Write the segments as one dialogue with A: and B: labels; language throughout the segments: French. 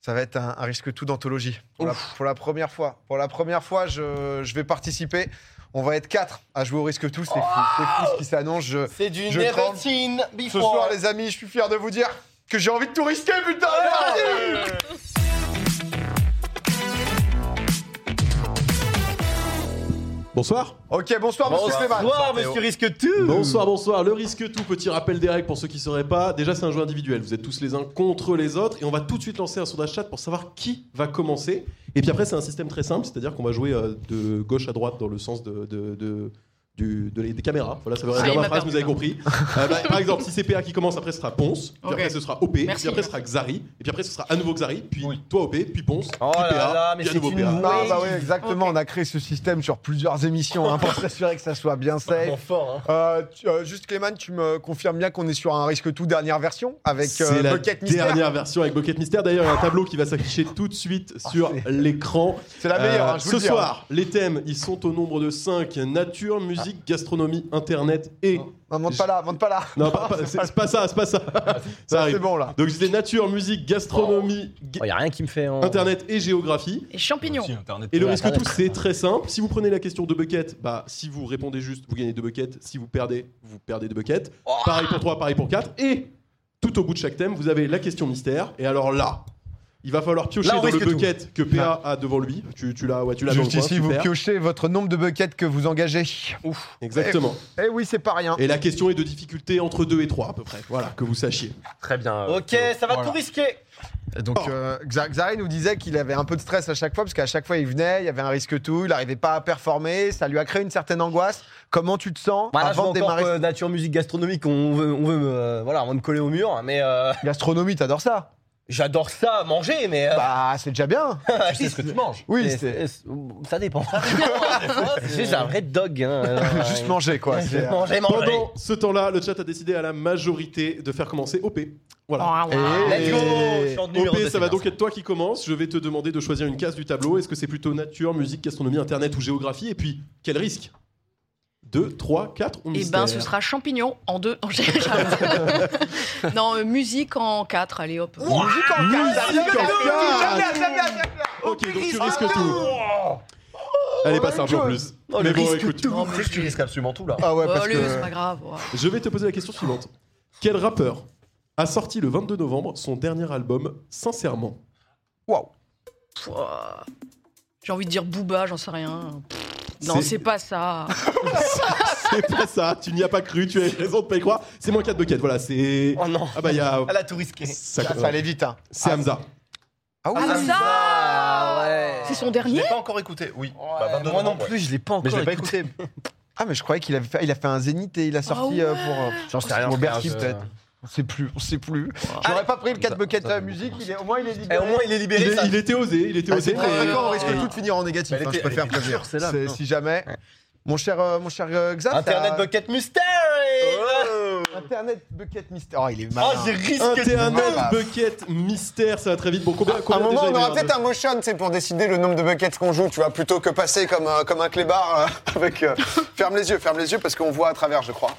A: Ça va être un, un risque tout d'anthologie. Pour la, pour la première fois. Pour la première fois, je, je vais participer. On va être quatre à jouer au risque tout. C'est fou. C'est fou ce qui s'annonce. Je-
B: C'est du
A: Je
B: never
A: tremble.
B: seen before.
A: Ce soir, les amis, je suis fier de vous dire que j'ai envie de tout risquer, putain. on est parti
C: Bonsoir.
A: ok, bonsoir, monsieur
B: Bonsoir,
A: Stéphane. Bah
B: monsieur Risque Tout.
C: Bonsoir, bonsoir. Le risque tout, petit rappel des règles pour ceux qui ne sauraient pas. Déjà, c'est un jeu individuel. Vous êtes tous les uns contre les autres. Et on va tout de suite lancer un sondage chat pour savoir qui va commencer. Et puis après, c'est un système très simple. C'est-à-dire qu'on va jouer euh, de gauche à droite dans le sens de. de- de- du- de les- des caméras, voilà, ça veut rien
D: Ah,
C: dire
D: il
C: ma
D: m'a
C: phrase,
D: perdu,
C: vous avez compris. Euh, bah, par exemple, si c'est PA qui commence, après ce sera Ponce, puis
D: Ok.
C: après ce sera OP,
D: Merci.
C: puis après ce sera Xari, et puis après ce sera à nouveau Xari, puis
B: Oui.
C: toi OP, puis Ponce,
B: Oh
C: puis
B: là
C: PA,
B: là, mais
C: puis à
B: c'est
C: nouveau
B: une
C: PA.
B: blague.
A: Ah bah oui, exactement. On a créé ce système sur plusieurs émissions hein, pour s'assurer que ça soit
C: Bah,
A: bien safe.
B: Bon, fort, hein.
A: Euh, tu- euh, juste Clément, tu me confirmes bien qu'on est sur un risque tout dernière version avec
C: C'est
A: euh,
C: la
A: Bucket Mystère.
C: dernière version avec Bucket Mystère. D'ailleurs, il y a un tableau qui va s'afficher tout de suite sur l'écran.
A: C'est Oh, la meilleure,
C: Euh,
A: hein, je vous
C: ce
A: le dis, hein.
C: soir, les thèmes, ils sont au nombre de 5. Nature, musique, gastronomie, internet et...
A: Non, monte pas là, monte pas là.
C: Non, pas, pas- c'est c'est pas ça, c'est pas ça. ça
A: Ça,
C: arrive.
A: c'est bon Oh. là.
C: Donc c'était nature, musique, gastronomie,
B: Oh,
C: ga-
E: Il n'y a rien qui me fait en.
C: internet et géographie.
D: Et champignons.
F: Si, Internet.
C: Et le
E: Ouais,
C: risque
E: Internet.
C: tout, c'est très simple. Si vous prenez la question de bucket, bah, si vous répondez juste, vous gagnez deux buckets. Si vous perdez, vous perdez deux buckets.
F: Oh.
C: Pareil pour 3, pareil pour 4. Et tout au bout de chaque thème, vous avez la question mystère. Et alors là, il va falloir piocher
F: Là, on
C: dans le
F: risque tout.
C: bucket que PA a devant lui. Tu, tu l'as ouais, tu l'as dans le
A: Juste
C: coin,
A: ici, vous
C: super.
A: piochez votre nombre de buckets que vous engagez.
C: Exactement.
A: Eh oui, c'est pas rien.
C: Et la question est de difficulté entre 2 et 3 à peu près. Voilà, que vous sachiez.
E: Très bien. euh,
B: Ok, ça va
A: Voilà.
B: tout risquer.
A: Donc, euh, Xa- Xari nous disait qu'il avait un peu de stress à chaque fois, parce qu'à chaque fois, il venait, il y avait un risque tout, il n'arrivait pas à performer, ça lui a créé une certaine angoisse. Comment tu te sens
B: Bah là, je
A: avant
B: vois
A: de
B: encore
A: démarrer
B: euh, nature, musique, gastronomique. On veut, on veut, me, euh, voilà, on veut me coller au mur, hein, mais euh,
A: Gastronomie, t'adores ça
B: j'adore ça, manger, mais euh,
A: Bah, c'est déjà bien.
F: Tu sais ce que tu manges.
A: Oui,
B: c'est-
A: c'est
B: c'est- ça dépend. J'ai un vrai dog. Hein, euh,
A: juste manger, quoi.
B: Juste
A: C'est-
B: manger, manger.
C: Pendant ce temps-là, le chat a décidé à la majorité de faire commencer OP. Voilà.
D: Ouah, ouah.
A: Et-
B: Let's go. Je suis en numéro
C: OP,
B: deux,
C: ça va
B: c'est
C: donc être toi qui commence. Je vais te demander de choisir une case du tableau. Est-ce que c'est plutôt nature, musique, gastronomie, internet ou géographie Et puis, quel risque 2, 3, 4 ou
D: Eh
C: mystère
D: ben, ce sera champignons en deux. En général. non, euh, musique en quatre. Allez, hop. Oh,
A: Musique en quatre,
C: Musique en
A: jamais,
C: quatre.
A: jamais, jamais, jamais, jamais.
C: Ok, donc tu risques tout. Elle est pas simple en plus.
B: Oh,
C: Mais
B: le
C: bon,
B: risque
C: écoute.
B: tout. En plus, tu risques absolument tout là.
A: Ah ouais,
D: Oh,
A: parce
D: allez, c'est pas
A: que.
D: grave. ouah.
C: Je vais te poser la question suivante. Quel rappeur a sorti le 22 novembre son dernier album, sincèrement
D: Pff, ouah. J'ai envie de dire Booba, j'en sais rien. Pff, Non,
C: C'est-
D: c'est pas ça.
C: C'est pas ça, tu n'y as pas cru, tu as raison de pas y croire. C'est moins 4 buckets, voilà, c'est.
B: Oh non,
C: Ah bah il y a.
B: elle a tout risqué.
C: Ça-
A: Ça, ça allait vite, hein.
C: C'est Hamza.
A: Ah oui,
D: Ah,
A: ça-
D: ça
B: ouais.
D: C'est son dernier
F: Je l'ai pas encore écouté, oui.
B: Ouais,
F: Bah, 22
B: moi non
F: novembre, ouais.
B: plus, je l'ai pas encore
F: Mais je l'ai pas
B: écouté.
A: Ah, mais je croyais qu'il avait fait, il a fait un zénith et il a sorti
D: ouais.
A: euh, pour. euh,
E: Ah J'en sais rien.
A: Robert
E: frère,
A: Key,
E: je-
A: peut-être. On sait plus, on sait plus. J'aurais pas pris le 4 buckets à la musique, il est- Eh, au moins il est
B: Et
A: libéré.
B: au moins, il est
C: Il,
B: libéré. ça.
C: il était osé, il était
A: Ah,
C: osé.
A: c'est très
C: mais-
A: fréquent, on risque
D: Ouais.
A: tout de finir en négatif,
F: Elle
A: hein,
F: était-
A: je préfère
F: elle était
A: prévenir.
F: dure, celle-là,
A: C'est-
F: putain.
A: Si jamais. Mon cher, euh, mon cher euh, Xa,
B: Internet
A: t'as-
B: Bucket Mystery.
A: Internet Bucket Mystery. Oh, il est
B: Oh,
E: Ah,
A: malin.
B: j'ai risqué.
C: Internet,
A: Ah, bah.
C: bucket, mystère, ça va très vite. Bon, combien,
G: Ah, À un
C: combien
G: moment,
C: déjà
G: on
C: il va y
G: aura
C: avoir
G: peut-être
C: de-
G: un motion, c'est pour décider le nombre de buckets qu'on joue, tu vois, plutôt que passer comme, euh, comme un clébard euh, avec. euh, ferme les yeux, ferme les yeux, parce qu'on voit à travers, je crois.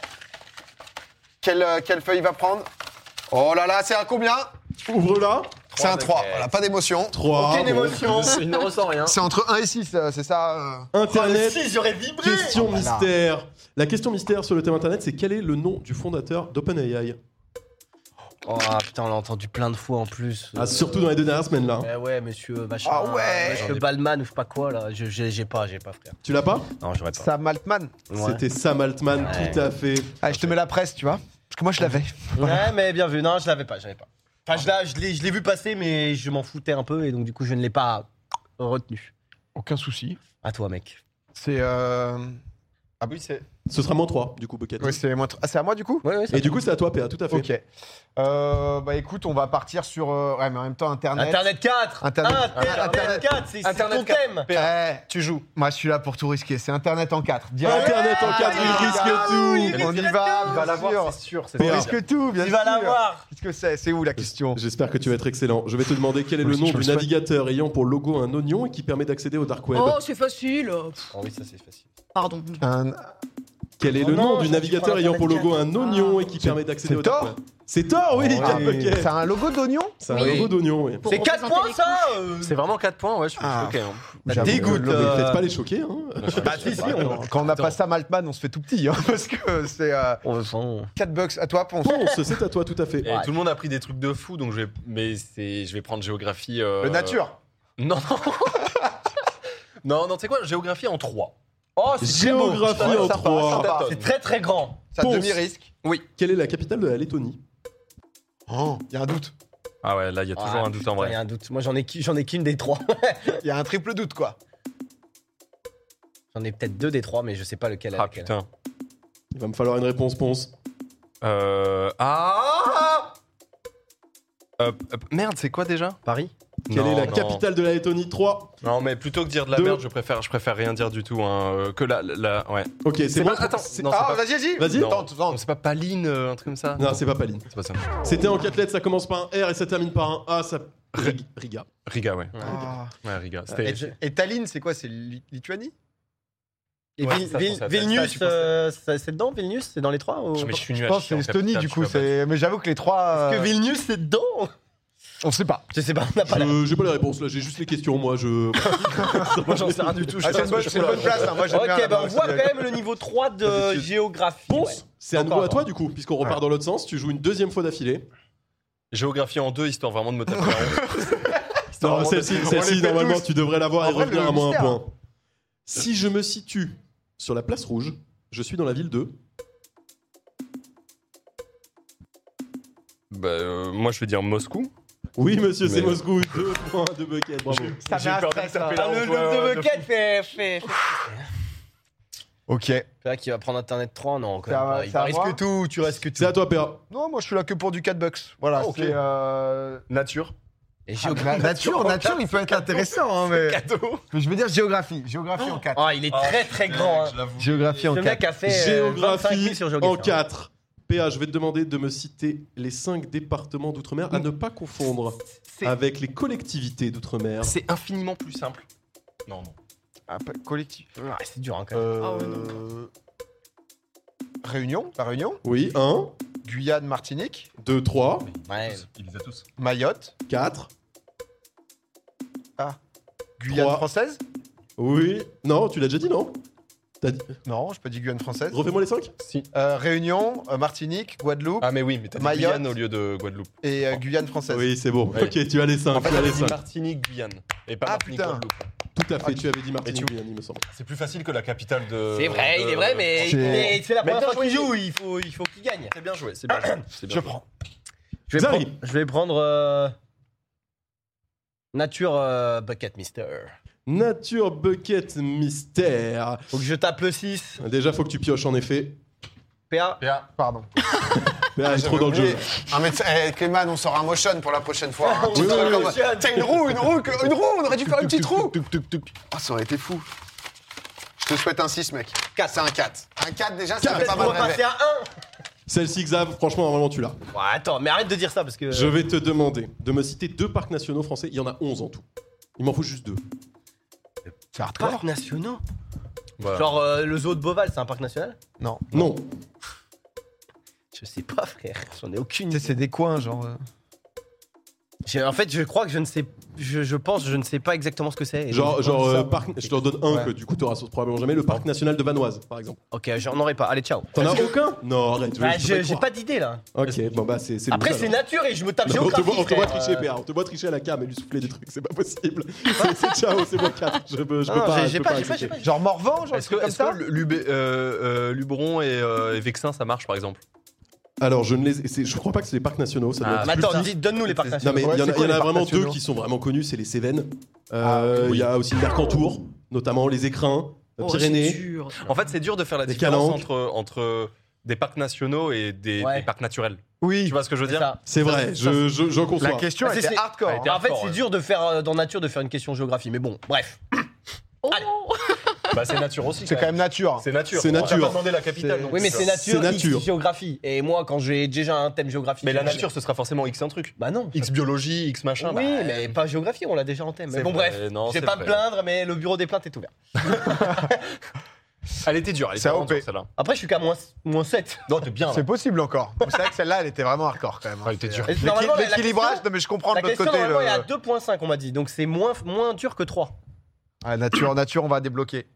G: Quelle, euh, quelle feuille il va prendre Oh là là, c'est un combien
C: Ouvre là.
G: C'est un 3, voilà, pas d'émotion.
C: 3.
B: Aucune émotion.
E: Il ne ressent rien.
A: C'est entre 1 et 6, euh, c'est ça euh.
C: Internet,
B: Si, j'aurais vibré.
C: question
A: Oh là là.
C: mystère. La question mystère sur le thème Internet, c'est quel est le nom du fondateur d'OpenAI
B: Oh putain, on l'a entendu plein de fois en plus.
C: Ah, Surtout dans les deux dernières semaines là. hein.
B: Eh ouais, monsieur machin.
A: Ah ouais.
B: Monsieur Balman ou je sais pas quoi là. Je- J'ai j'ai pas, j'ai pas frère.
C: Tu l'as pas
B: Non, j'aurais pas.
A: Sam Altman.
B: Ouais.
C: C'était Sam Altman,
B: Ouais.
C: tout à fait.
A: Allez, je te mets la presse, tu vois. Parce que moi, je l'avais.
B: Ouais, mais bien vu. Non, je l'avais pas, j'avais pas. Enfin, je l'ai- je l'ai je l'ai vu passer, mais je m'en foutais un peu et donc du coup, je ne l'ai pas retenu.
A: Aucun souci.
B: À toi, mec.
A: C'est. euh, Ah oui, c'est.
C: Ce sera moins 3 du coup, bucket.
A: Oui, c'est moi. Ah, c'est à moi du coup
B: Ouais, ouais,
C: Et du coup, c'est à toi, PA, tout à fait.
A: Ok. Euh, bah écoute, on va partir sur. euh, Ouais, mais en même temps, Internet.
B: Internet 4
A: Internet.
B: Internet,
A: Internet.
B: 4 C'est c'est
F: Internet
B: ton thème
A: Eh, tu joues. Moi, je suis là pour tout risquer. C'est Internet en 4. Direct.
B: Ah,
C: Internet en 4, il risque tout.
A: On y va,
F: Il
A: bien
F: va l'avoir,
A: sûr.
F: c'est sûr. c'est
C: Mais
A: On
F: sûr.
C: alors-
A: risque tout, bien
B: Tu
A: sûr.
B: vas l'avoir
A: Qu'est-ce que c'est C'est où la question
C: J'espère que tu vas être excellent. Je vais te demander quel est le
A: Moi aussi,
C: nom
A: je le
C: du
A: souhaite.
C: navigateur ayant pour logo un oignon bah. et qui permet d'accéder au dark web.
D: Oh, c'est facile. Pff,
F: Oh oui, ça c'est facile.
D: Pardon.
A: Un-
C: Quel est
B: Oh
C: le
B: non,
C: nom du
B: j'ai- tu
C: navigateur
B: prends la
C: ayant pour
B: planète
C: logo un
A: Ah.
C: oignon et qui permet d'accéder
A: c'est
C: au
A: Thor
C: dark web C'est Thor, oui,
B: Oh,
C: Cap
B: oui.
C: Bucket.
A: C'est un logo d'oignon
C: C'est un
D: Oui.
C: logo d'oignon, oui.
D: Pour
B: C'est 4
D: représenter
B: points
D: les
B: ça euh,
E: C'est vraiment 4 points, ouais, je suis
A: Ah.
E: choqué. hein.
B: Ça
A: J'avoue,
B: dégoûte,
A: le logo-
B: euh,
C: Peut-être pas les choquer, hein
B: Bah si, si, on...
A: Quand on n'a pas Sam Altman, on se fait tout petit, hein, parce que c'est euh,
E: On sent.
A: 4 bucks à toi, Ponce.
C: Ponce, c'est à toi, tout à fait.
H: Et tout le monde a pris des trucs de fou, donc je vais, mais c'est, je vais prendre géographie. euh,
A: Le nature.
H: Non, non. non, non, tu sais quoi, géographie en 3.
B: Oh, c'est très beau.
C: Géographie en
A: Ça part, ça
C: 3.
A: part.
B: C'est très très grand.
A: Ça
C: Ponce.
A: demi-risque.
C: Quelle est la capitale de la Lettonie
A: Oh, il y a un doute.
H: Ah ouais, là, il y a toujours
B: Ah,
H: un doute
B: putain,
H: en
B: Il y
H: vrai.
B: a un doute. Moi j'en ai qui- j'en ai qu'une des trois.
A: Il y a un triple doute, quoi.
B: J'en ai peut-être deux des trois, mais je sais pas lequel. est
H: Ah
B: lequel.
H: putain.
C: Il va me falloir une réponse, Ponce.
H: Euh. Ah Hop, hop. Merde, c'est quoi déjà
B: Paris
C: Quelle
H: Non,
C: est la
H: non.
C: capitale de la Lettonie 3
H: Non, mais plutôt que dire de la
C: Deux.
H: merde, je préfère, je préfère rien dire du tout. Hein, euh, que la, la. Ouais.
C: Ok, c'est
H: C'est
C: bon.
H: pas- attends, non, c'est
A: Ah,
H: pas-
A: vas-y, vas-y.
C: Vas-y.
H: Non.
A: Tente,
H: Non,
A: tente.
H: c'est pas Paline, euh, un truc comme ça
C: Non, c'est pas Paline.
H: c'est pas ça.
C: C'était en 4 lettres, ça commence par un R et ça termine par un A, ça. Rig- Riga.
H: Riga, ouais.
A: Ah.
H: Ouais, Riga.
A: Et,
H: C'était.
A: et Tallinn, c'est quoi C'est Li- Lituanie
B: Et
H: Ouais,
B: Vil-
H: ça,
B: Vil-
H: ça, ça,
B: Vilnius,
H: ça, je pensais.
B: euh, ça- c'est dedans Vilnius C'est dans les trois ou...
H: Mais je suis nul
A: Je
H: à
A: pense que
H: chier
A: c'est
H: en
A: l'Estonie,
H: capitale,
A: du
H: je
A: coup.
H: suis pas
A: c'est- Mais j'avoue que les trois.
B: Que
A: euh,
B: Vilnius c'est dedans
A: On sait pas.
B: Je sais pas, on n'a pas la.
C: Je- J'ai pas la réponse là, j'ai juste les questions, moi je.
B: Moi j'en sais rien du tout. je
A: Ah,
B: sais
A: c'est
B: pas
A: une
B: ce
A: bonne,
B: que je
A: c'est une
B: fous là.
A: bonne place. hein. Moi, j'aime bien
B: Ok,
A: la
B: bah on
A: Norvège.
B: voit quand même le niveau 3 de
C: D'habitude.
B: géographie.
C: Ponce, c'est à
B: Encore, hein.
C: nouveau à
B: encore.
C: toi du coup, puisqu'on repart dans l'autre sens, tu joues une deuxième fois d'affilée.
H: Géographie en deux, histoire vraiment de me taper. la honte. Histoire
C: Non,
H: vraiment de-
C: celle-ci,
A: on
C: celle-ci,
A: les fait
C: normalement
A: tous.
C: tu devrais l'avoir
A: En
C: et
A: vrai,
C: revenir
A: le
C: à moins un
A: mystère.
C: point. Si je me situe sur la place rouge, je suis dans la ville de.
H: Bah, euh, moi, je vais dire Moscou.
C: Oui, monsieur, c'est
H: Mais-
C: Moscou, deux points de bucket, bravo.
A: Ça met un stress, hein.
B: Ah, le le de Bucket fait. fait- fait-
A: Ok.
B: C'est vrai qu'il va prendre Internet 3, non, quand
A: Ça
B: même
A: va-
B: pas. Il
A: ça
B: va
A: va
B: risquer
A: voir
B: tout, tu risques tout.
C: C'est à toi, PA.
A: Non, moi, je suis là que pour du 4 bucks. Voilà,
H: Ah, ok.
A: c'est. euh,
H: Nature.
B: Et
A: Ah,
B: géographie.
A: na- nature, nature, il peut être intéressant, hein, mais...
H: Cadeau.
A: mais je veux dire géographie, géographie en 4.
B: Ah, il est très très grand. hein.
A: Ah. Géographie en
B: Ce mec a fait euh, 25
C: Géographie
B: 000 sur
C: en
B: géographie. hein.
C: 4. PA, je vais te demander de me citer les 5 départements d'outre-mer à ne pas confondre
H: C'est-
C: avec les collectivités d'outre-mer.
H: C'est infiniment plus simple. Non, non.
A: collectif.
B: Ah, C'est dur hein, quand même.
A: Euh,
D: Ah ouais,
A: Réunion, la Réunion,
C: Oui, 1,
A: Guyane, Martinique,
C: 2, 3,
B: Ouais.
H: Il les a tous.
A: Mayotte,
C: 4.
A: Guyane
C: Trois.
A: française
C: Oui. Non, tu l'as déjà dit, non T'as dit-
A: Non, je peux dire Guyane française.
C: Refais-moi les 5
A: Euh, Réunion, euh, Martinique, Guadeloupe
H: Ah, mais oui, mais t'as dit
A: Mayotte.
H: Guyane au lieu de Guadeloupe.
A: et euh, Guyane française.
C: Oui, c'est bon.
H: Ouais.
C: Ok, tu as les 5.
H: En fait,
C: tu as les
H: t'as dit
C: cinq.
H: Martinique, Guyane. Et pas
A: Ah,
H: Martinique,
A: putain.
H: Guadeloupe.
C: Tout à fait, tu avais dit Martinique,
H: tu-
C: Guyane, il me semble.
H: C'est plus facile que la capitale de.
B: C'est vrai, il est vrai, mais
A: C'est-
B: mais c'est la
H: Mais
B: première
H: bien
B: fois qu'il
H: joué.
B: joue, il faut, il faut qu'il gagne.
H: C'est bien joué, c'est bien joué. c'est bien
A: Je
H: joué.
A: prends.
B: Je vais
C: Zari.
B: prendre, je vais prendre, euh, Nature euh, Bucket Mister.
C: Nature Bucket Mystère.
B: Faut que je tape le 6.
C: Déjà, faut que tu pioches en effet.
B: PA.
A: Pardon.
C: PA est trop dans le
G: Ah, oublié.
C: jeu.
G: Un médecin, eh, Clément, on sort un motion pour la prochaine fois. hein. Tu
C: Oui,
G: te
C: oui,
G: rends
C: oui.
G: compte T'as une roue, une roue, que- une roue, on aurait dû faire une petite roue. Ah, ça aurait été fou. Je te souhaite un 6, mec.
B: Quatre.
G: C'est un 4. Un 4 déjà, ça
B: Peut-être
G: fait pas
H: Ah,
B: qu'on
H: bah,
G: mal
B: va passer
G: rêver.
B: à
C: Celle-ci, Xav, franchement, normalement, tu l'as.
B: 1. Ouais, attends, mais arrête de dire ça parce que.
C: Je vais te demander de me citer deux parcs nationaux français. Il y en a 11 en tout. Il m'en faut juste deux.
A: C'est hardcore
B: Parcs nationaux
H: Voilà.
B: Genre euh, le zoo de Beauval, c'est un parc national
A: Non.
C: Non.
B: Je sais pas, frère. J'en ai aucune.
A: Tu sais,
B: idée.
A: c'est des coins, genre. euh.
B: J'ai- En fait, je crois que je ne sais. Je, je pense, je ne sais pas exactement ce que c'est. Et
C: Genre,
B: donc,
C: genre
B: ça-
C: euh, parc, je te donne un
A: Ouais.
C: que du coup tu auras probablement jamais. Le parc national de Vanoise, par exemple.
B: Ok, j'en aurais pas. Allez, ciao.
C: T'en as aucun Non, arrête. je-
B: Ah,
C: je peux
B: je-
C: y
B: J'ai
C: croire.
B: pas d'idée là.
C: Ok, bon bah c'est.
B: Après, c'est nature et je me tape
C: Non, on, te
B: géographie.
C: voit, on te voit
B: frère.
C: tricher, PA. On te voit tricher à la cam et lui souffler des trucs. C'est pas possible. C'est- c'est ciao, c'est bon 4. Je peux, je
B: Non,
C: peux
B: non,
C: pas.
B: j'ai-
C: je
B: j'ai
C: peux
B: pas, j'ai pas,
C: accepter.
B: j'ai pas.
A: Genre Morvan, genre un
H: Est-ce que,
A: truc comme
H: est-ce
A: ça
H: que Lubé- euh, euh, Luberon et, euh, et Vexin, ça marche par exemple
C: Alors, je ne les. c'est- Je crois pas que c'est les parcs nationaux. Ça doit
H: Ah,
C: être
B: Mais
C: plus
B: attends, dis-
C: petit.
B: donne-nous les parcs
C: Non,
B: nationaux.
C: mais il
A: Ouais,
C: y en a,
A: c'est quoi
C: il y en a
A: les parcs
C: vraiment deux
A: nationaux
C: qui sont vraiment connus, c'est les Cévennes. Euh, Il y a aussi le Mercantour, notamment les Écrins, la
D: Oh,
C: Pyrénées.
D: c'est dur.
H: En fait, c'est dur de faire la
C: Des
H: différence
C: calanques.
H: entre, entre des parcs nationaux et des,
B: Ouais.
H: des parcs naturels. Tu
A: Oui.
H: vois ce que je veux dire
B: Ça.
C: C'est vrai,
H: Ça,
C: je, je, j'en
A: La
C: conçois.
A: question
B: Ah, c'est-
A: était
B: c'est-
A: hardcore.
H: Ah,
A: hein.
H: t'es-
B: En fait,
H: fort,
B: c'est
H: ouais.
B: dur de faire euh, dans nature de faire une question géographie, mais bon, bref.
D: Oh,
B: Allez.
H: Bah, c'est nature aussi.
A: C'est quand même nature.
H: C'est nature.
C: C'est
H: On t'a
C: nature.
H: pas demandé la capitale.
A: C'est-
H: donc
B: Oui, mais
H: sûr.
B: c'est nature,
C: C'est
B: X,
C: nature.
B: géographie. Et moi, quand j'ai déjà un thème géographie.
H: Mais la
B: je-
H: nature, ce sera forcément X un truc.
B: Bah non.
H: X biologie, X machin.
B: oui,
H: bah,
B: mais pas géographie, on l'a déjà en thème.
H: c'est
B: Mais bon,
H: vrai,
B: bref.
H: non,
B: Je vais
H: c'est
B: pas me
H: vrai.
B: plaindre, mais le bureau des plaintes est ouvert.
H: Elle était dure, elle
A: C'est
H: était vraiment
A: AOP.
H: dure, celle-là.
B: Après, je suis qu'à moins, moins 7.
H: Non, t'es bien. là.
A: C'est possible encore. C'est vrai que celle-là, elle était vraiment hardcore quand même.
B: Ah,
A: hein.
H: Ouais, elle était
A: C'est-
H: dure.
B: Et
A: L'équi-
B: normalement, la- la
A: L'équilibrage,
B: question-
A: non mais je comprends de
B: La
A: l'autre
B: question,
A: côté.
B: normalement,
A: le-
B: est à 2.5, on m'a dit. Donc, c'est moins, moins dur que 3.
A: Ah, nature, nature, on va débloquer.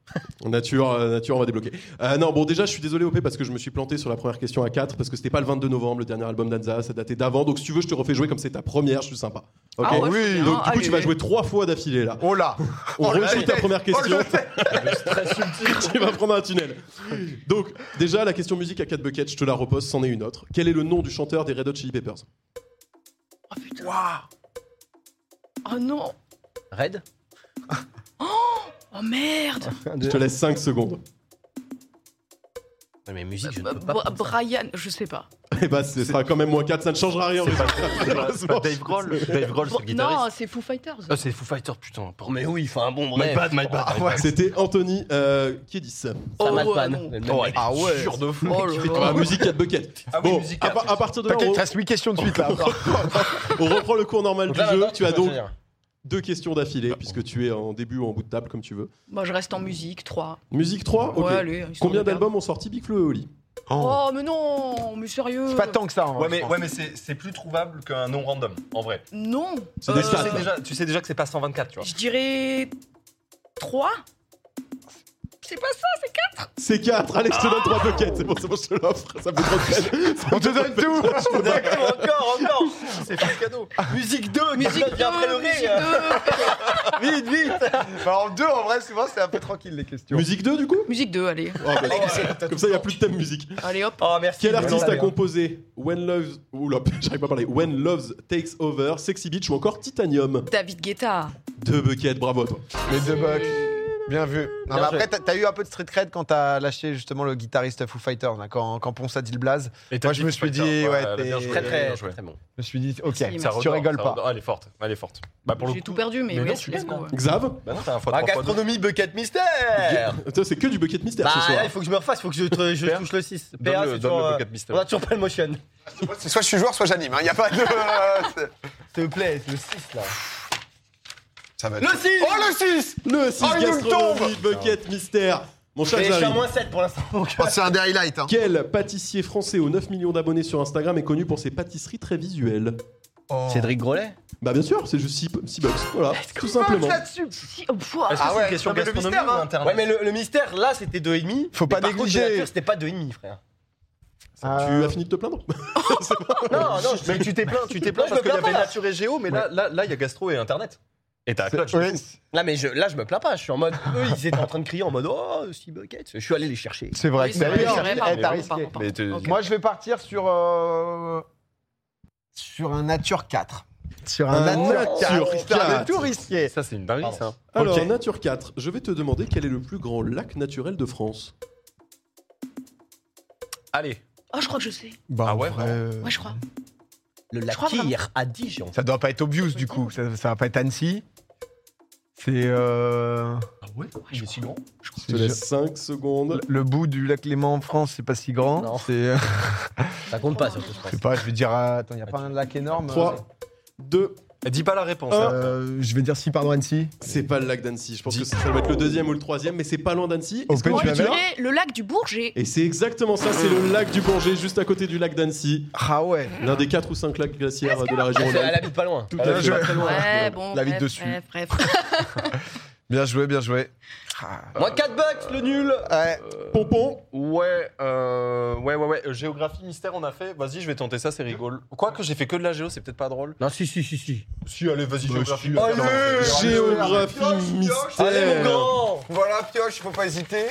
C: Nature, euh, nature, on va débloquer. Euh, non, bon, déjà, je suis désolé, OP, parce que je me suis planté sur la première question à 4, parce que c'était pas le 22 novembre, le dernier album d'Anza, ça datait d'avant. Donc, si tu veux, je te refais jouer comme c'est ta première, je suis sympa. Ok
D: Ah
A: Oui,
D: ouais, c'est bien,
C: Donc, du coup,
D: allez.
C: tu vas jouer trois fois d'affilée, là.
A: Oh là
C: On
A: Oh, le
C: rejoue ta
A: test
C: première
A: Oh
C: question.
A: le test
C: tu vas prendre un tunnel. Donc, déjà, la question musique à 4 buckets, je te la repose, c'en est une autre. Quel est le nom du chanteur des Red Hot Chili Peppers
D: Oh putain. Oh non.
B: Red
D: Oh merde.
C: Je te laisse 5 secondes.
B: Non, mais musique, je ne
D: Bah,
B: peux pas.
D: Bra-
B: prendre ça.
D: Brian, je sais pas.
C: Et bah, ce sera quand même moins 4, ça ne changera rien.
H: C'est pas- c'est pas- c'est pas Dave Grohl. Dave Grohl, c'est
D: Bra-
H: le
D: non,
H: guitariste.
D: c'est Foo Fighters.
H: Ah, c'est Foo Fighters, putain. pardon.
B: Mais oui, enfin bon,
H: My
B: bref.
H: bad, my bad. my bad.
C: C'était Anthony euh, Kiedis.
D: Oh, ouais,
B: Samatman.
D: non.
H: Oh, elle est
A: Ah ouais.
H: dure de fou.
D: Oh là
C: Ah bah,
D: là.
C: musique 4 buckets.
F: Ah oui,
C: bon,
F: musique
C: à,
F: quatre.
C: pa- à partir de là,
A: T'inquiète, il
C: on,
A: reste 8 questions de suite là. encore.
C: on reprend le cours normal
B: Donc
C: du
B: là,
C: jeu.
B: maintenant,
C: Tu as
B: peux
C: donc
B: choisir.
C: deux questions d'affilée, puisque tu es en début ou en bout de table, comme tu veux.
D: Moi, Bah, je reste en musique, 3.
C: Musique 3, ok.
D: Ouais, allez, histoire
C: Combien
D: de perdre.
C: d'albums ont sorti Big Flo et Oli
D: Oh, mais non, mais sérieux.
A: C'est pas tant que ça. en
F: Ouais,
A: vrai, je
F: mais,
A: pense.
F: ouais, mais c'est c'est plus trouvable qu'un nom random, en vrai.
D: Non.
C: C'est des
D: Euh,
F: Tu sais
C: stats.
F: déjà, tu sais déjà que c'est pas 124, tu vois.
D: Je dirais 3. C'est pas ça, c'est 4.
C: C'est 4, allez, je te donne 3 buckets, c'est bon, c'est bon, je te l'offre, ça fait trop de peine.
A: On te donne tout
B: Encore, encore C'est pas cadeau. Musique 2,
D: Musique 2,
B: vient après le
D: musique
B: ré.
D: 2.
B: Vite, vite
A: Bah, En deux, en vrai, souvent, c'est un peu tranquille les questions. Oh,
C: Musique 2, du coup
D: Musique 2, allez.
C: Ah, bah, Comme ça, il n'y a plus de thème musique.
D: Allez, hop.
B: Oh, merci.
C: Quel artiste a
B: Voilà.
C: composé When Loves... Oula, j'arrive pas à parler. When Loves Takes Over, Sexy Beach ou encore Titanium
D: David Guetta.
C: Deux buckets, bravo à toi.
A: Les deux bucks. Bien vu. Non, mais
B: Bien
A: après, t'as- t'as eu un peu de street cred quand t'as lâché justement le guitariste Foo Fighters, là, quand, quand Ponce a dit le blaze.
H: Et t'as
A: Moi, je
H: dit
A: me
H: Foo
A: suis
H: Fighters,
A: dit, ouais,
H: elle a bien
A: t'es-
B: Très,
H: joué, elle
B: très,
H: a bien
B: très,
H: joué.
B: bon.
A: Je me suis dit, ok,
D: Merci,
A: tu
D: merci.
H: redort,
A: rigoles
H: ça
A: pas.
H: redort. Elle est forte, elle est forte. Bah pour le
D: J'ai
H: coup.
D: tout perdu, mais,
H: Mais non,
D: let's,
H: tu
D: let's
H: l'as
D: go.
H: pas.
D: ouais.
C: Xav
H: Bah non, t'as
B: Ah,
H: un fois trois fois deux.
B: gastronomie, bucket mystère
C: Toi, c'est que du bucket mystère
B: Bah,
C: ce soir.
B: là, il faut que je me refasse, il faut que je, te- je
H: Père,
B: touche le 6.
H: Donne
B: PA,
H: le-
B: c'est
H: donne
B: toujours,
H: le
B: euh,
H: bucket mister.
B: On a toujours pas le motion.
G: C'est Soit je suis joueur, soit j'anime. Il n'y a pas de. euh, c'est-
B: S'il te plaît, c'est le 6 là.
G: ça va être-
B: Le 6
G: Oh le 6
C: Le 6
G: Oh, il nous le
C: gastronomie bucket mystère. Mon cher
B: Mais je suis à
C: Xavier,
B: moins 7 pour l'instant. donc.
A: Oh, c'est un des highlights. hein.
C: quel pâtissier français aux 9 millions d'abonnés sur Instagram est connu pour ses pâtisseries très visuelles
B: Cédric Grolet
C: Bah bien sûr, c'est juste 6 bucks. Voilà, tout simplement.
D: Si, oh, pouah.
H: Est-ce que
A: Ah
H: c'est
A: ouais,
H: une question
A: non, mais le
H: gastronomie
A: mystère,
H: ou
A: hein.
H: internet
B: Ouais, mais le, le mystère là c'était 2,5.
A: Faut pas
B: Mais par contre,
A: négliger.
B: la nature, C'était pas 2,5, frère.
C: Tu
A: Euh,
C: as fini de te plaindre
B: Non, non, je-
H: Mais tu t'es plaint, tu t'es
B: Non,
H: plaint
B: je
H: parce
B: me
H: qu'il y
B: plains
H: avait
B: pas.
H: nature et géo, mais là, là, là, il y a gastro et internet. Et t'as la clutch.
A: oui,
B: là, mais je, là, je me plains pas. Je suis en mode. Eux, ils étaient en train de crier en mode Oh, six buckets. Je suis allé les chercher.
A: c'est vrai.
D: Oui,
A: que
D: c'est
A: t'as
D: vrai,
A: bien
D: c'est vrai,
A: dit,
D: pardon,
A: eh, t'as
D: pardon,
A: risqué.
D: pardon, pardon.
H: Mais te-
D: Ok.
A: Moi, je vais partir sur. euh, Sur un Nature 4. Sur
C: Un
A: Nature
C: Nature
A: 4. Putain,
C: 4.
A: mais tout risqué.
H: Ça, c'est une dinguerie, ça.
C: Alors,
A: Ok.
C: Nature 4, je vais te demander quel est le plus grand lac naturel de France.
H: Allez.
D: Oh, je crois que je sais.
A: Bah,
H: Ah ouais,
D: Ouais, je crois.
B: Le
D: Je crois vraiment.
B: lakir à Dijon.
A: Ça doit pas être obvious du coup, ça, ça va pas être Annecy. C'est euh,
H: Ah ouais Il est si grand
C: Je te laisse 5 secondes.
A: le- le bout du lac Léman en France, c'est pas si grand.
B: Non.
A: C'est, euh,
B: Ça compte pas, surtout, je pense.
A: je sais pas, je vais dire. euh, attends, y a pas un lac énorme.
C: 3, 2,
H: Dis pas la réponse.
C: Un.
H: hein.
A: Euh, je vais dire si, pardon Annecy.
C: c'est pas le lac d'Annecy. Je pense que ça doit être le deuxième ou le troisième, mais c'est pas loin d'Annecy.
A: Au
C: Est-ce que
A: pire,
D: Moi,
C: tu
D: je
C: l'avais
D: dirais le lac du Bourget.
C: Et c'est exactement ça, c'est le lac du Bourget, juste à côté du lac d'Annecy.
A: Ah ouais.
C: L'un des 4 ou 5 lacs glaciaires de la région.
B: Elle elle habite pas loin.
C: Tout
B: Elle
C: à
B: habite
C: fait.
B: pas très loin.
D: Ouais, bon.
A: La vie
D: bref,
A: dessus.
D: Bref, bref.
A: Bien joué, bien joué.
B: Moins 4 bucks, le nul
A: Ouais.
C: Pompon,
H: Ouais, euh, ouais, ouais, ouais. Euh, Géographie, mystère, on a fait. Vas-y, je vais tenter ça, c'est rigolo. Quoique j'ai fait que de la géo, c'est peut-être pas drôle.
B: Non, si, si, si, si.
H: Bah, Si, allez, vas-y, géographie.
G: Allez,
C: géographie
B: Allez, mon
C: mystère.
B: grand
G: Voilà, pioche, faut pas hésiter.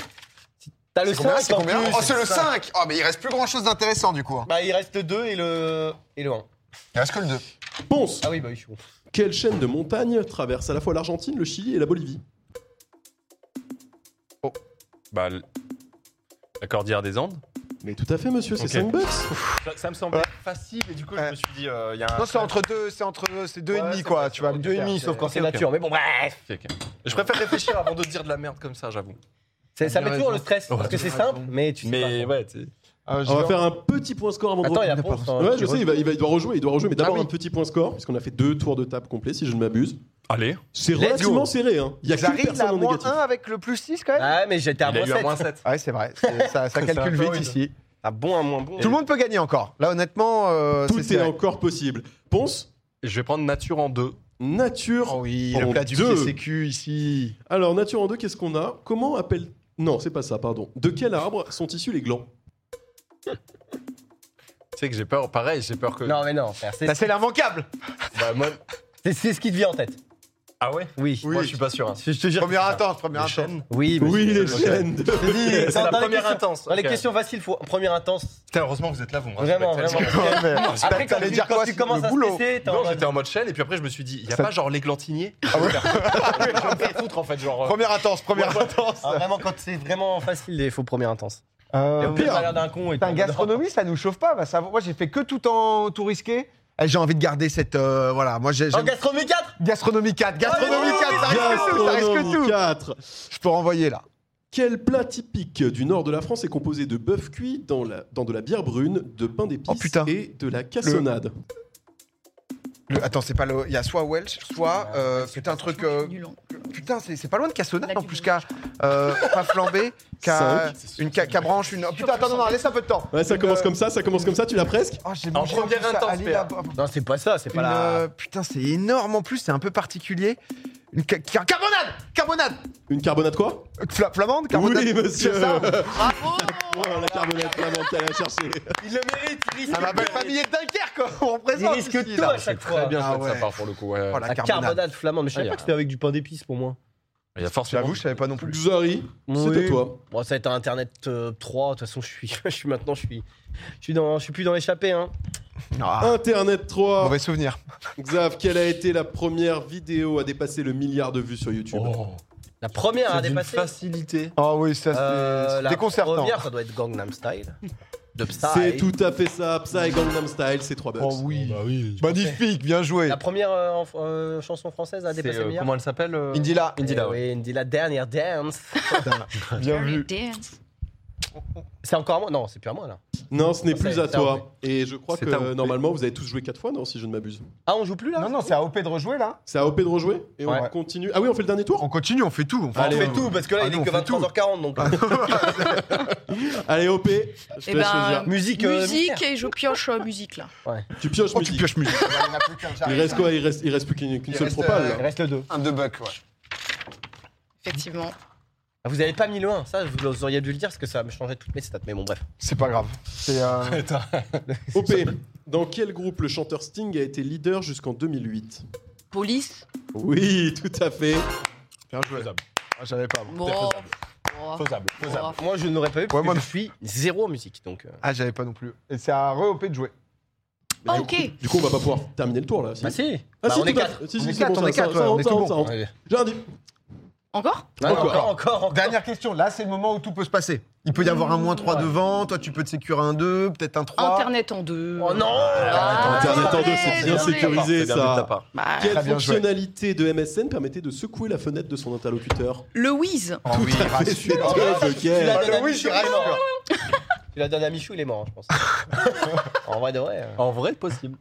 B: T'as le
G: C'est combien
B: 5
G: C'est combien Oh, c'est le 5 Oh, mais il reste plus grand chose d'intéressant du coup. hein.
B: Bah, il reste le 2 et le. et le 1.
G: Il reste que le 2.
C: Ponce,
B: Ah oui, bah oui, je suis bon.
C: quelle chaîne de montagne traverse à la fois l'Argentine, le Chili et la Bolivie
H: Bah, l- la Cordillère des Andes.
C: Mais tout à fait, monsieur, c'est
H: Ok.
C: 5 bucks.
H: Ça, ça me semblait facile, et du coup,
A: Ouais.
H: je me suis dit, euh, il y a un.
A: Non, c'est entre deux, c'est entre c'est deux
H: Ouais,
A: et demi
H: c'est
A: quoi.
H: vrai,
A: Tu
H: c'est
A: vas
H: vrai.
A: me
B: Deux et
A: faire.
B: demi, sauf quand c'est
H: Ok, ok.
B: nature. Mais bon, bref
H: Ok, ok. Je préfère réfléchir avant de dire de la merde comme ça, j'avoue.
B: C'est- Ça met toujours le stress,
H: Ouais.
B: parce que c'est simple, mais tu sais
H: Mais
B: pas.
H: ouais, tu sais.
A: Ah, je
C: On va
A: vais-
C: faire un petit point score avant de
B: Attends, il y a
C: reprendre.
B: Ponce, hein,
C: Ouais,
B: qui
C: je sais, il, va, il va- il doit rejouer, il doit rejouer, mais d'abord
B: Ah oui.
C: un petit point score, puisqu'on a fait deux tours de table complets, si je ne m'abuse.
H: Allez.
C: C'est
B: Let's
C: relativement
B: go.
C: serré. hein. Il y a qu'une
A: Zari, il
C: personne
A: a
C: en
A: moins
C: négatif.
A: 1 avec le plus 6 quand même
B: Ah, mais j'étais à
H: Il a
B: moins
H: eu à
B: 7.
H: moins 7.
A: Ouais, c'est vrai. C'est- Ça, ça calcule
H: peu
A: vite
H: rude.
A: ici.
B: Ah bon, à moins bon.
A: Tout le monde peut gagner encore. Là, honnêtement, euh,
C: Tout
A: c'est
C: est
A: serré.
C: encore possible. Ponce,
H: Je vais prendre nature en deux.
C: nature.
A: Oh oui,
C: En
A: le plat du
C: deux.
A: PCQ ici.
C: Alors, nature en deux, qu'est-ce qu'on a Comment appelle. Non, c'est pas ça, pardon. De quel arbre sont issus les glands
H: Tu sais que j'ai peur, pareil, j'ai peur que.
B: Non, mais non, frère, c'est
A: Ça, c'est l'immanquable.
H: Bah, moi...
B: c'est- c'est ce qui te vient en tête.
H: Ah ouais
B: Oui.
H: Moi, je suis pas sûr. hein.
B: Je te jure.
A: Première intense, première
H: Les
A: intense.
H: chaînes
B: Oui, mais
C: Oui,
B: c'est-
C: les
B: c'est-
C: chaînes
B: Je
C: de-
B: te dis,
H: C'est
B: dans-
H: la
B: dans les
H: première
B: questions-
H: intense.
B: Dans les
H: Ok.
B: questions faciles, faut première intense.
H: Putain, heureusement que vous êtes là, vous me
B: Vraiment,
H: respectez
B: vraiment.
H: tellement.
A: Ouais, mais-
B: Après, quand
A: t'allais
B: tu,
A: dire
B: quand
A: quoi,
B: tu
A: le
B: commences à
A: boulot
B: se stresser, t'es en
H: Non,
B: mode-
H: j'étais en mode chaîne, et puis après, je me suis dit, y a
A: Ça-
H: pas genre l'églantinier Je vais me faire foutre, en fait, genre. euh,
A: Première intense, première intense.
B: Ah, vraiment, quand c'est vraiment facile, il faut première intense. Et
A: Euh,
B: au pire, t'as l'air d'un con. et
A: Putain,
B: t'es en mode-
A: gastronomie, ça nous chauffe pas. va savoir. Moi, j'ai fait que tout en tout risqué. Eh, J'ai envie de garder cette. euh, voilà, moi, j'ai.
B: En
A: j'aime-
B: gastronomie 4
A: Gastronomie 4, gastronomie
B: Allez,
A: 4, ça risque tout, ça risque
C: Gastronomie
A: tout.
C: 4.
A: Je peux renvoyer là.
C: Quel plat typique du nord de la France est composé de bœuf cuit dans, la- dans de la bière brune, de pain
A: Oh,
C: d'épices
A: putain.
C: et de la cassonade
A: Le- attends, c'est pas le. Il y a soit Welsh, soit. euh, putain, un truc. euh,
D: Nul, hein.
A: putain, c'est c'est pas loin de Cassonade
D: Lac
A: en
D: du
A: plus
D: Bourget.
A: qu'à. euh, pas flambé, qu'à.
C: Cinq.
A: Une qu'à- qu'à branche, une. oh, Putain, attends, non, non, laisse un peu de temps.
C: Ouais, ça
A: Une,
C: commence
A: euh,
C: comme ça, ça commence comme ça, tu l'as presque
A: Oh, j'ai
H: En
A: mangé en
H: première
A: plus à
H: intense,
A: aller
H: PA.
A: là-bas.
B: Non, c'est pas ça, c'est pas
A: Une,
B: la.
A: euh, putain, c'est énorme en plus, c'est un peu particulier. Une ca- ca- carbonade Carbonade
C: Une carbonade quoi
A: Euh, fla- Flamande Carbonade
C: Oui, monsieur
A: C'est ça
D: Bravo
C: Oh, La carbonade flamande qu'elle a cherché.
B: Il le mérite, il risque.
A: Ah, ma belle famille est de Dunkerque, quoi. on
B: Il
A: représente
B: risque
A: ici,
B: tout
A: là.
B: à chaque
H: Très
B: fois.
H: bien
A: Ah
H: fait de sa
A: ouais.
H: part pour le coup, ouais.
A: Oh, la
B: La
A: carbonade.
B: carbonade flamande, mais je savais
H: Génial.
B: pas que c'était avec du pain d'épices pour moi.
H: Il y a forcément.
A: J'avoue, je savais pas non plus.
C: Xari, c'est à
B: Oui.
C: toi.
B: Bon, ça va être un internet euh, 3, de toute façon, je suis, je suis maintenant, je suis, je suis, dans, je suis plus dans l'échappée. Hein.
A: Ah,
C: Internet 3.
A: mauvais souvenir.
C: Xav, quelle a été la première vidéo à dépasser le milliard de vues sur YouTube
H: Oh,
B: La première à
H: c'est d'une
B: dépasser.
H: facilité.
A: Ah oui, ça
B: euh,
A: c'est
B: la
A: déconcertant.
B: première, ça doit être Gangnam Style. De
C: C'est tout à fait ça, Psy Gangnam Style, c'est 3 bucks.
A: Oh oui. Magnifique, bien joué.
B: La première euh, en- euh, chanson française à
H: C'est,
B: dépasser
H: euh,
B: le milliard.
H: comment elle s'appelle euh,
A: Indila,
B: Eh
H: Indila, ouais.
B: oui, Indila, dernière dance.
D: Oh
A: bien vu.
D: Dance.
B: c'est encore à moi Non, c'est plus à moi là.
C: Non, ce n'est
B: C'est-
C: plus à
B: c'est AOP.
C: toi. Et je crois
H: C'est
C: que
H: AOP.
C: euh, normalement, vous avez tous joué 4 fois, non, si je ne m'abuse.
B: Ah, on joue plus là
A: Non, non, c'est à OP de rejouer là.
C: C'est à OP de rejouer Et on
A: Ouais.
C: continue. Ah oui, on fait le dernier tour
A: On continue, on fait tout. on fait-
B: On
C: Allez,
B: fait
C: on-
B: tout parce que là,
A: Ah
B: il
A: non,
B: est que
A: on fait tout.
B: 23h40 donc. euh,
C: Allez, OP, je te laisse
D: Eh ben,
C: choisir.
B: musique. euh,
D: Musique, et je pioche euh, musique là.
C: Tu pioches
A: Oh, tu
C: musique.
A: pioches musique. Il y en a plus qu'un,
C: Il
A: j'arrive.
C: reste quoi il reste, il reste plus qu'une
A: Oh,
C: qu'une
A: Il
C: seule
A: reste,
C: propale.
A: euh,
C: là.
B: Reste le 2.
G: Un de buck, ouais.
D: Effectivement.
B: Ah, Vous avez pas mis le 1, ça vous auriez dû le dire parce que ça me changeait toutes mes stats. Mais bon, bref.
A: C'est pas grave. C'est euh,
C: OP, dans quel groupe le chanteur Sting a été leader jusqu'en 2008
D: Police.
C: Oui, tout à fait.
A: bien joué. Ah, J'avais pas. moi.
D: Bon. Bon.
H: Faisable, faisable.
D: Bon.
B: Moi, je n'aurais pas eu parce
A: Ouais, moi
B: que
A: non.
B: je suis zéro en musique donc. euh.
A: Ah, j'avais pas non plus. Et c'est à re-OP de jouer.
D: Ah, ok.
C: Du coup, on va pas pouvoir terminer le tour là. si.
B: Bah, si.
C: Ah,
B: Bah,
C: si,
B: on est
C: tout à
B: 4.
C: fait. Si,
A: On
C: si,
A: est
C: c'est
A: quatre,
C: bon,
A: on est
C: ça,
A: quatre,
C: ça,
A: ouais, on est
C: ça,
A: tout
C: ça,
A: bon.
C: ça, ça. J'ai un indice.
D: Encore
B: Encore,
A: Encore.
B: Ah, encore, encore.
A: Dernière question. Là, c'est le moment où tout peut se passer. Il peut y avoir un moins 3 devant. Toi, tu peux te sécurer un 2, peut-être un 3.
D: Internet en deux.
B: Oh non
D: Ah,
C: Internet en
D: désolé,
C: deux, c'est bien
D: désolé.
C: sécurisé
H: C'est bien vu de ta
C: ça.
H: part.
D: Bah,
C: Quelle
A: Très bien joué.
C: fonctionnalité de MSN permettait de secouer la fenêtre de son interlocuteur
D: le Wiz.
A: Oh oui,
C: C'est
A: rassure.
C: top,
B: Ah, Tu
C: ok.
B: l'as
A: Ah,
B: donné à
A: le oui,
B: Michou,
A: c'est
B: il est
A: vrai.
B: mort. Tu l'as donné à Michou, il est mort, je pense. en vrai de vrai. euh.
H: En vrai, possible.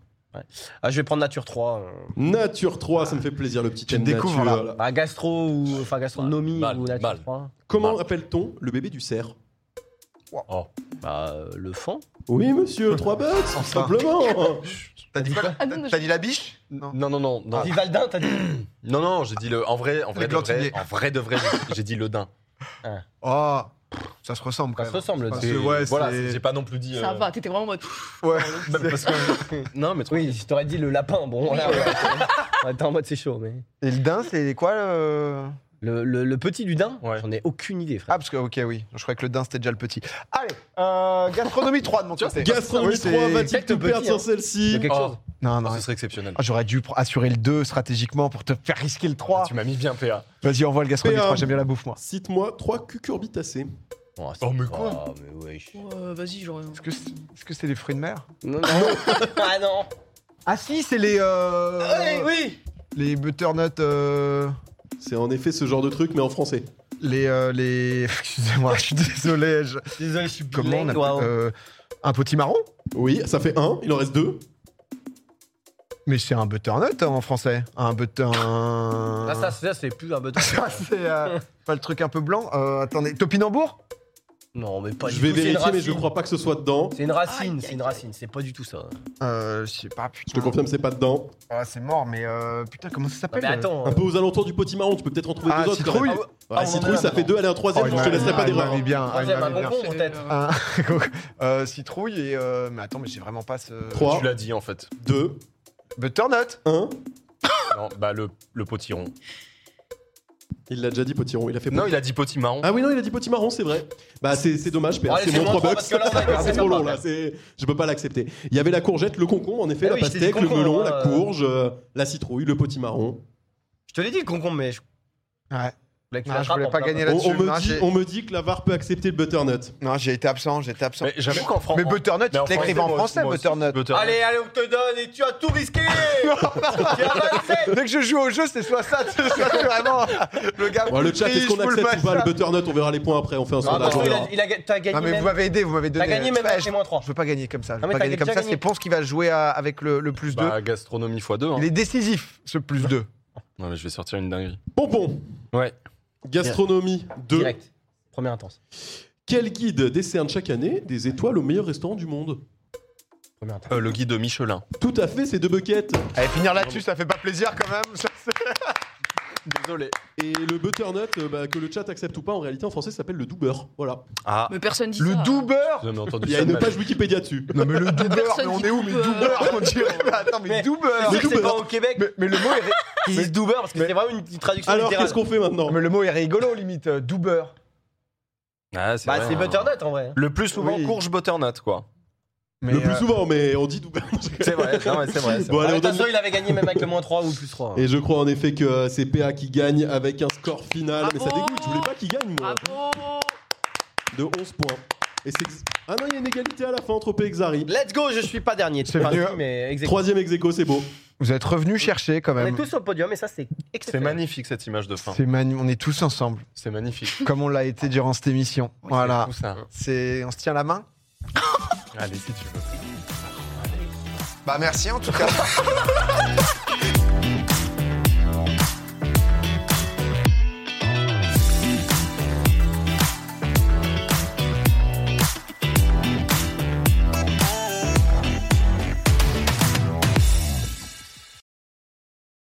B: Ah, je vais prendre Nature 3. euh.
C: Nature 3, ça me fait plaisir le petit
A: Tu
C: thème
A: découvres,
C: nature,
A: là.
C: là.
B: Bah, gastro ou. Enfin, gastronomie
H: Mal,
B: ou Nature
H: mal.
B: 3.
C: Comment appelle-t-on le bébé du cerf
B: Bah, euh, le fond.
C: Oui monsieur, 3 bucks, tout
A: Enfin.
C: simplement.
A: T'as dit quoi là
D: Ah non,
A: T'as dit la biche Non.
H: Non, non, non. non.
B: Dis Valdin, t'as dit.
H: Ah. Non, non, j'ai dit le. En vrai, en vrai, de vrai,
A: glantiniers.
H: en vrai de vrai, j'ai- j'ai dit le dain.
A: Oh, ça se ressemble quand
B: Ça se
A: même.
B: ressemble.
A: Parce
H: C'est-
A: que, ouais,
H: voilà,
A: c'est-
H: c'est- j'ai pas non plus dit.
D: Ça
H: euh,
D: va, t'étais vraiment en mode.
A: Ouais.
H: bah, parce que- Non, mais
B: Oui, je t'aurais dit le lapin. Bon, là, ouais. Ouais, t'es en mode c'est chaud, mais.
A: Et le dain, c'est quoi le...
B: Le, le- le petit ludin,
H: Ouais.
B: j'en ai aucune idée, frère.
A: Ah, parce que, ok, oui. Je croyais que le dain, c'était déjà le petit. Allez, euh, gastronomie 3 de mon côté. Ah
C: Gastronomie
A: oui, c'est-
C: 3 va-t-il
B: Peut-être
C: tout
B: petit,
C: perdre
B: hein.
C: sans celle-ci
B: De quelque
H: Oh.
B: chose.
A: Non,
H: non,
A: non.
H: ce serait exceptionnel.
A: ah, J'aurais dû pr- assurer le 2 stratégiquement pour te faire risquer le 3.
H: Ah, Tu m'as mis bien PA.
A: Vas-y, envoie le gastronomie
C: P1.
A: 3, j'aime bien la bouffe, moi.
C: Cite-moi 3 cucurbitacées.
B: Oh,
H: Oh, mais quoi
B: Oh, mais ouais. je-
D: Euh, Vas-y, j'aurais.
A: Est-ce que c'est est-ce que c'est les fruits de mer
B: Non, non. ah non
A: Ah si, c'est les... euh,
B: Oui, oui
A: Les butternuts... euh,
C: C'est en effet ce genre de truc mais en français.
A: les... euh, les... Excusez-moi, je suis désolé. je-
B: Désolé, je suis
A: Comment on
B: bilingue,
A: appelle
B: waouh.
A: euh, Un petit marron
C: Oui, ça fait 1, il en reste 2.
A: Mais c'est un butternut hein, en français. Un butter. Euh,
B: Là, Ah, ça, c'est- là, c'est plus un button.
A: Ça, c'est euh, pas le truc un peu blanc. Euh, attendez, topinambour
B: Non, mais pas
C: Je
B: du
C: vais
B: tout. c'est une
C: vérifier, mais je
B: racine.
C: crois pas que ce soit dedans.
B: C'est une racine,
D: Aïe,
B: c'est une
D: aïe,
B: racine, c'est pas du tout ça.
A: euh, Je sais pas, putain.
C: Je te confirme, c'est pas dedans.
A: Ah, c'est mort, mais euh, putain, comment ça
B: Non,
A: s'appelle
B: Ah,
A: euh,
B: mais attends,
C: Un peu aux alentours du potimarron, tu peux peut-être en trouver
A: Ah,
C: deux autres. quand
A: citrouille
C: même.
A: Oh,
C: Ouais,
B: Ah, on en est
C: citrouille,
B: là,
C: ça fait
B: maintenant.
C: deux, allez, un troisième,
B: Oh,
A: il
C: je te
A: m'a-
C: laisserai
A: ah,
C: pas
A: il
C: d'erreur.
A: m'avait bien. ah, il
B: Troisième, un
A: m'avait bien.
B: concombre en tête.
A: Un- Ah, Euh, citrouille et. euh, mais attends, mais j'ai vraiment pas ce.
C: 3,
H: Tu l'as dit en fait.
C: 2,
A: Butternut
C: 1.
H: Non, bah le, le potiron.
C: Il l'a déjà dit, potiron. Il a fait
H: Non, il a dit potimarron.
C: Ah oui, non, il a dit potimarron, c'est vrai. Bah, c'est c'est dommage, PA.
B: Allez,
C: C'est
B: c'est
C: mon
B: bon,
C: 3
B: trois,
C: bucks. Ah,
B: parce que là, on a été
C: C'est
B: sympa,
C: trop long,
B: là.
C: là. c'est- Je peux pas l'accepter. Il y avait la courgette, le concombre, en effet,
B: Eh
C: la
B: oui, je t'ai dit
C: pastèque, le
B: concombre,
C: melon,
B: hein,
C: la
B: euh.
C: courge, euh, la citrouille, le potimarron.
B: Je te l'ai dit le concombre, mais je.
A: Ouais.
B: Là, tu
A: Non, je
B: l'attrapes
A: voulais
B: en
A: pas
B: plein
A: gagner
C: On,
A: là-dessus.
C: on
A: Non,
C: me dit,
A: j'ai-
C: on me dit que la VAR peut accepter le butternut.
A: Non, j'ai été absent, j'ai été absent.
H: Mais j'avoue qu'en français.
A: Mais butternut, ils te l'écrivent en français, butternut.
B: Allez, allez, on te donne et tu as tout risqué
A: Ah,
B: Tu as pas accepté
A: Dès que je joue au jeu, c'est soit ça, c'est soit vraiment le gars.
C: Bon, le chat, est-ce qu'on accepte ou pas le butternut On verra les points après, on fait un
B: Non,
C: sondage.
B: attends, Ah,
C: on
B: bah, il
C: verra.
B: a- il a- T'as gagné
A: bah, Non, mais vous
B: même.
A: m'avez aidé, vous m'avez donné.
B: T'as gagné même
A: Ouais,
B: avec
A: je-
B: les moins 3.
A: Je veux pas gagner comme ça. Je
B: Non,
A: veux
B: mais
A: pas
B: t'as
A: gagner comme
B: déjà
A: ça.
B: gagné.
A: C'est Ponce qui va jouer à- avec le, le plus 2.
H: Bah, gastronomie x2.
A: Il est décisif, ce plus 2.
H: Non, mais je vais sortir une dinguerie.
C: Pompon.
H: Ouais.
C: Gastronomie 2.
B: Direct. Première intense.
C: Quel guide décerne chaque année des étoiles au meilleur restaurant du monde
B: Première intense.
H: Euh, le guide Michelin.
C: Tout à fait, ces deux buckets.
A: Allez, finir là-dessus, ça fait pas plaisir quand même. Ça, c'est-
H: Désolé.
C: Et le butternut, euh, bah, que le chat accepte ou pas, en réalité en français ça s'appelle le doubeur. Voilà.
H: Ah.
D: Mais personne dit
A: le
D: ça.
A: doubeur
H: Vous avez entendu
C: Il y a
H: ça de
C: une
H: ma
C: page Wikipédia dessus.
A: Non, mais le doubeur, mais
D: Personne
A: on
D: dit
A: est où Mais
D: doubeur.
A: doubeur, on dirait. Mais Euh, attends, mais
B: Mais-
A: doubeur
B: C'est
C: Mais
B: que c'est
C: Doubert.
B: pas au Québec
A: mais, mais le mot est. ri-
B: qu'ils disent doubeur parce que c'est vraiment une petite traduction
C: Alors
B: littérale.
C: qu'est-ce qu'on fait maintenant
A: Mais le mot est rigolo, limite. euh, Doubeur.
H: Ah, c'est
B: Bah,
H: vrai,
B: c'est
H: hein.
B: butternut en vrai.
H: Le plus souvent,
A: Oui.
H: courge butternut, quoi.
A: Mais,
C: Le plus
A: euh,
C: souvent, mais on dit doubeur.
H: C'est vrai, non, mais c'est vrai. c'est
C: Bon,
H: vrai.
B: Ah,
C: allez, on
B: mais
C: donne-
B: Attention, il avait gagné même avec le moins 3 ou le plus hein. 3.
C: Et je crois en effet que euh, c'est PA qui gagne avec un score final. mais ça
D: Bravo
C: dégoûte, je voulais pas qu'il gagne, moi.
D: Bravo
C: De 11 points. Et c'est ex- Ah non, il y a une égalité à la fin entre P et Xari.
B: Let's go, je suis pas dernier.
A: C'est
B: Enfin,
A: mieux.
B: si, mais exact.
C: Troisième ex aequo, c'est beau.
A: Vous êtes revenus chercher quand
B: On est
A: même.
B: tous sur le podium et ça, c'est
H: C'est
B: exceptionnel.
H: magnifique cette image de fin.
A: C'est manu- On est tous ensemble,
H: C'est magnifique.
A: comme on l'a été durant cette émission. Voilà.
H: Tout ça.
A: C'est, on se tient la main.
H: Allez, si tu veux.
G: Bah merci en tout cas.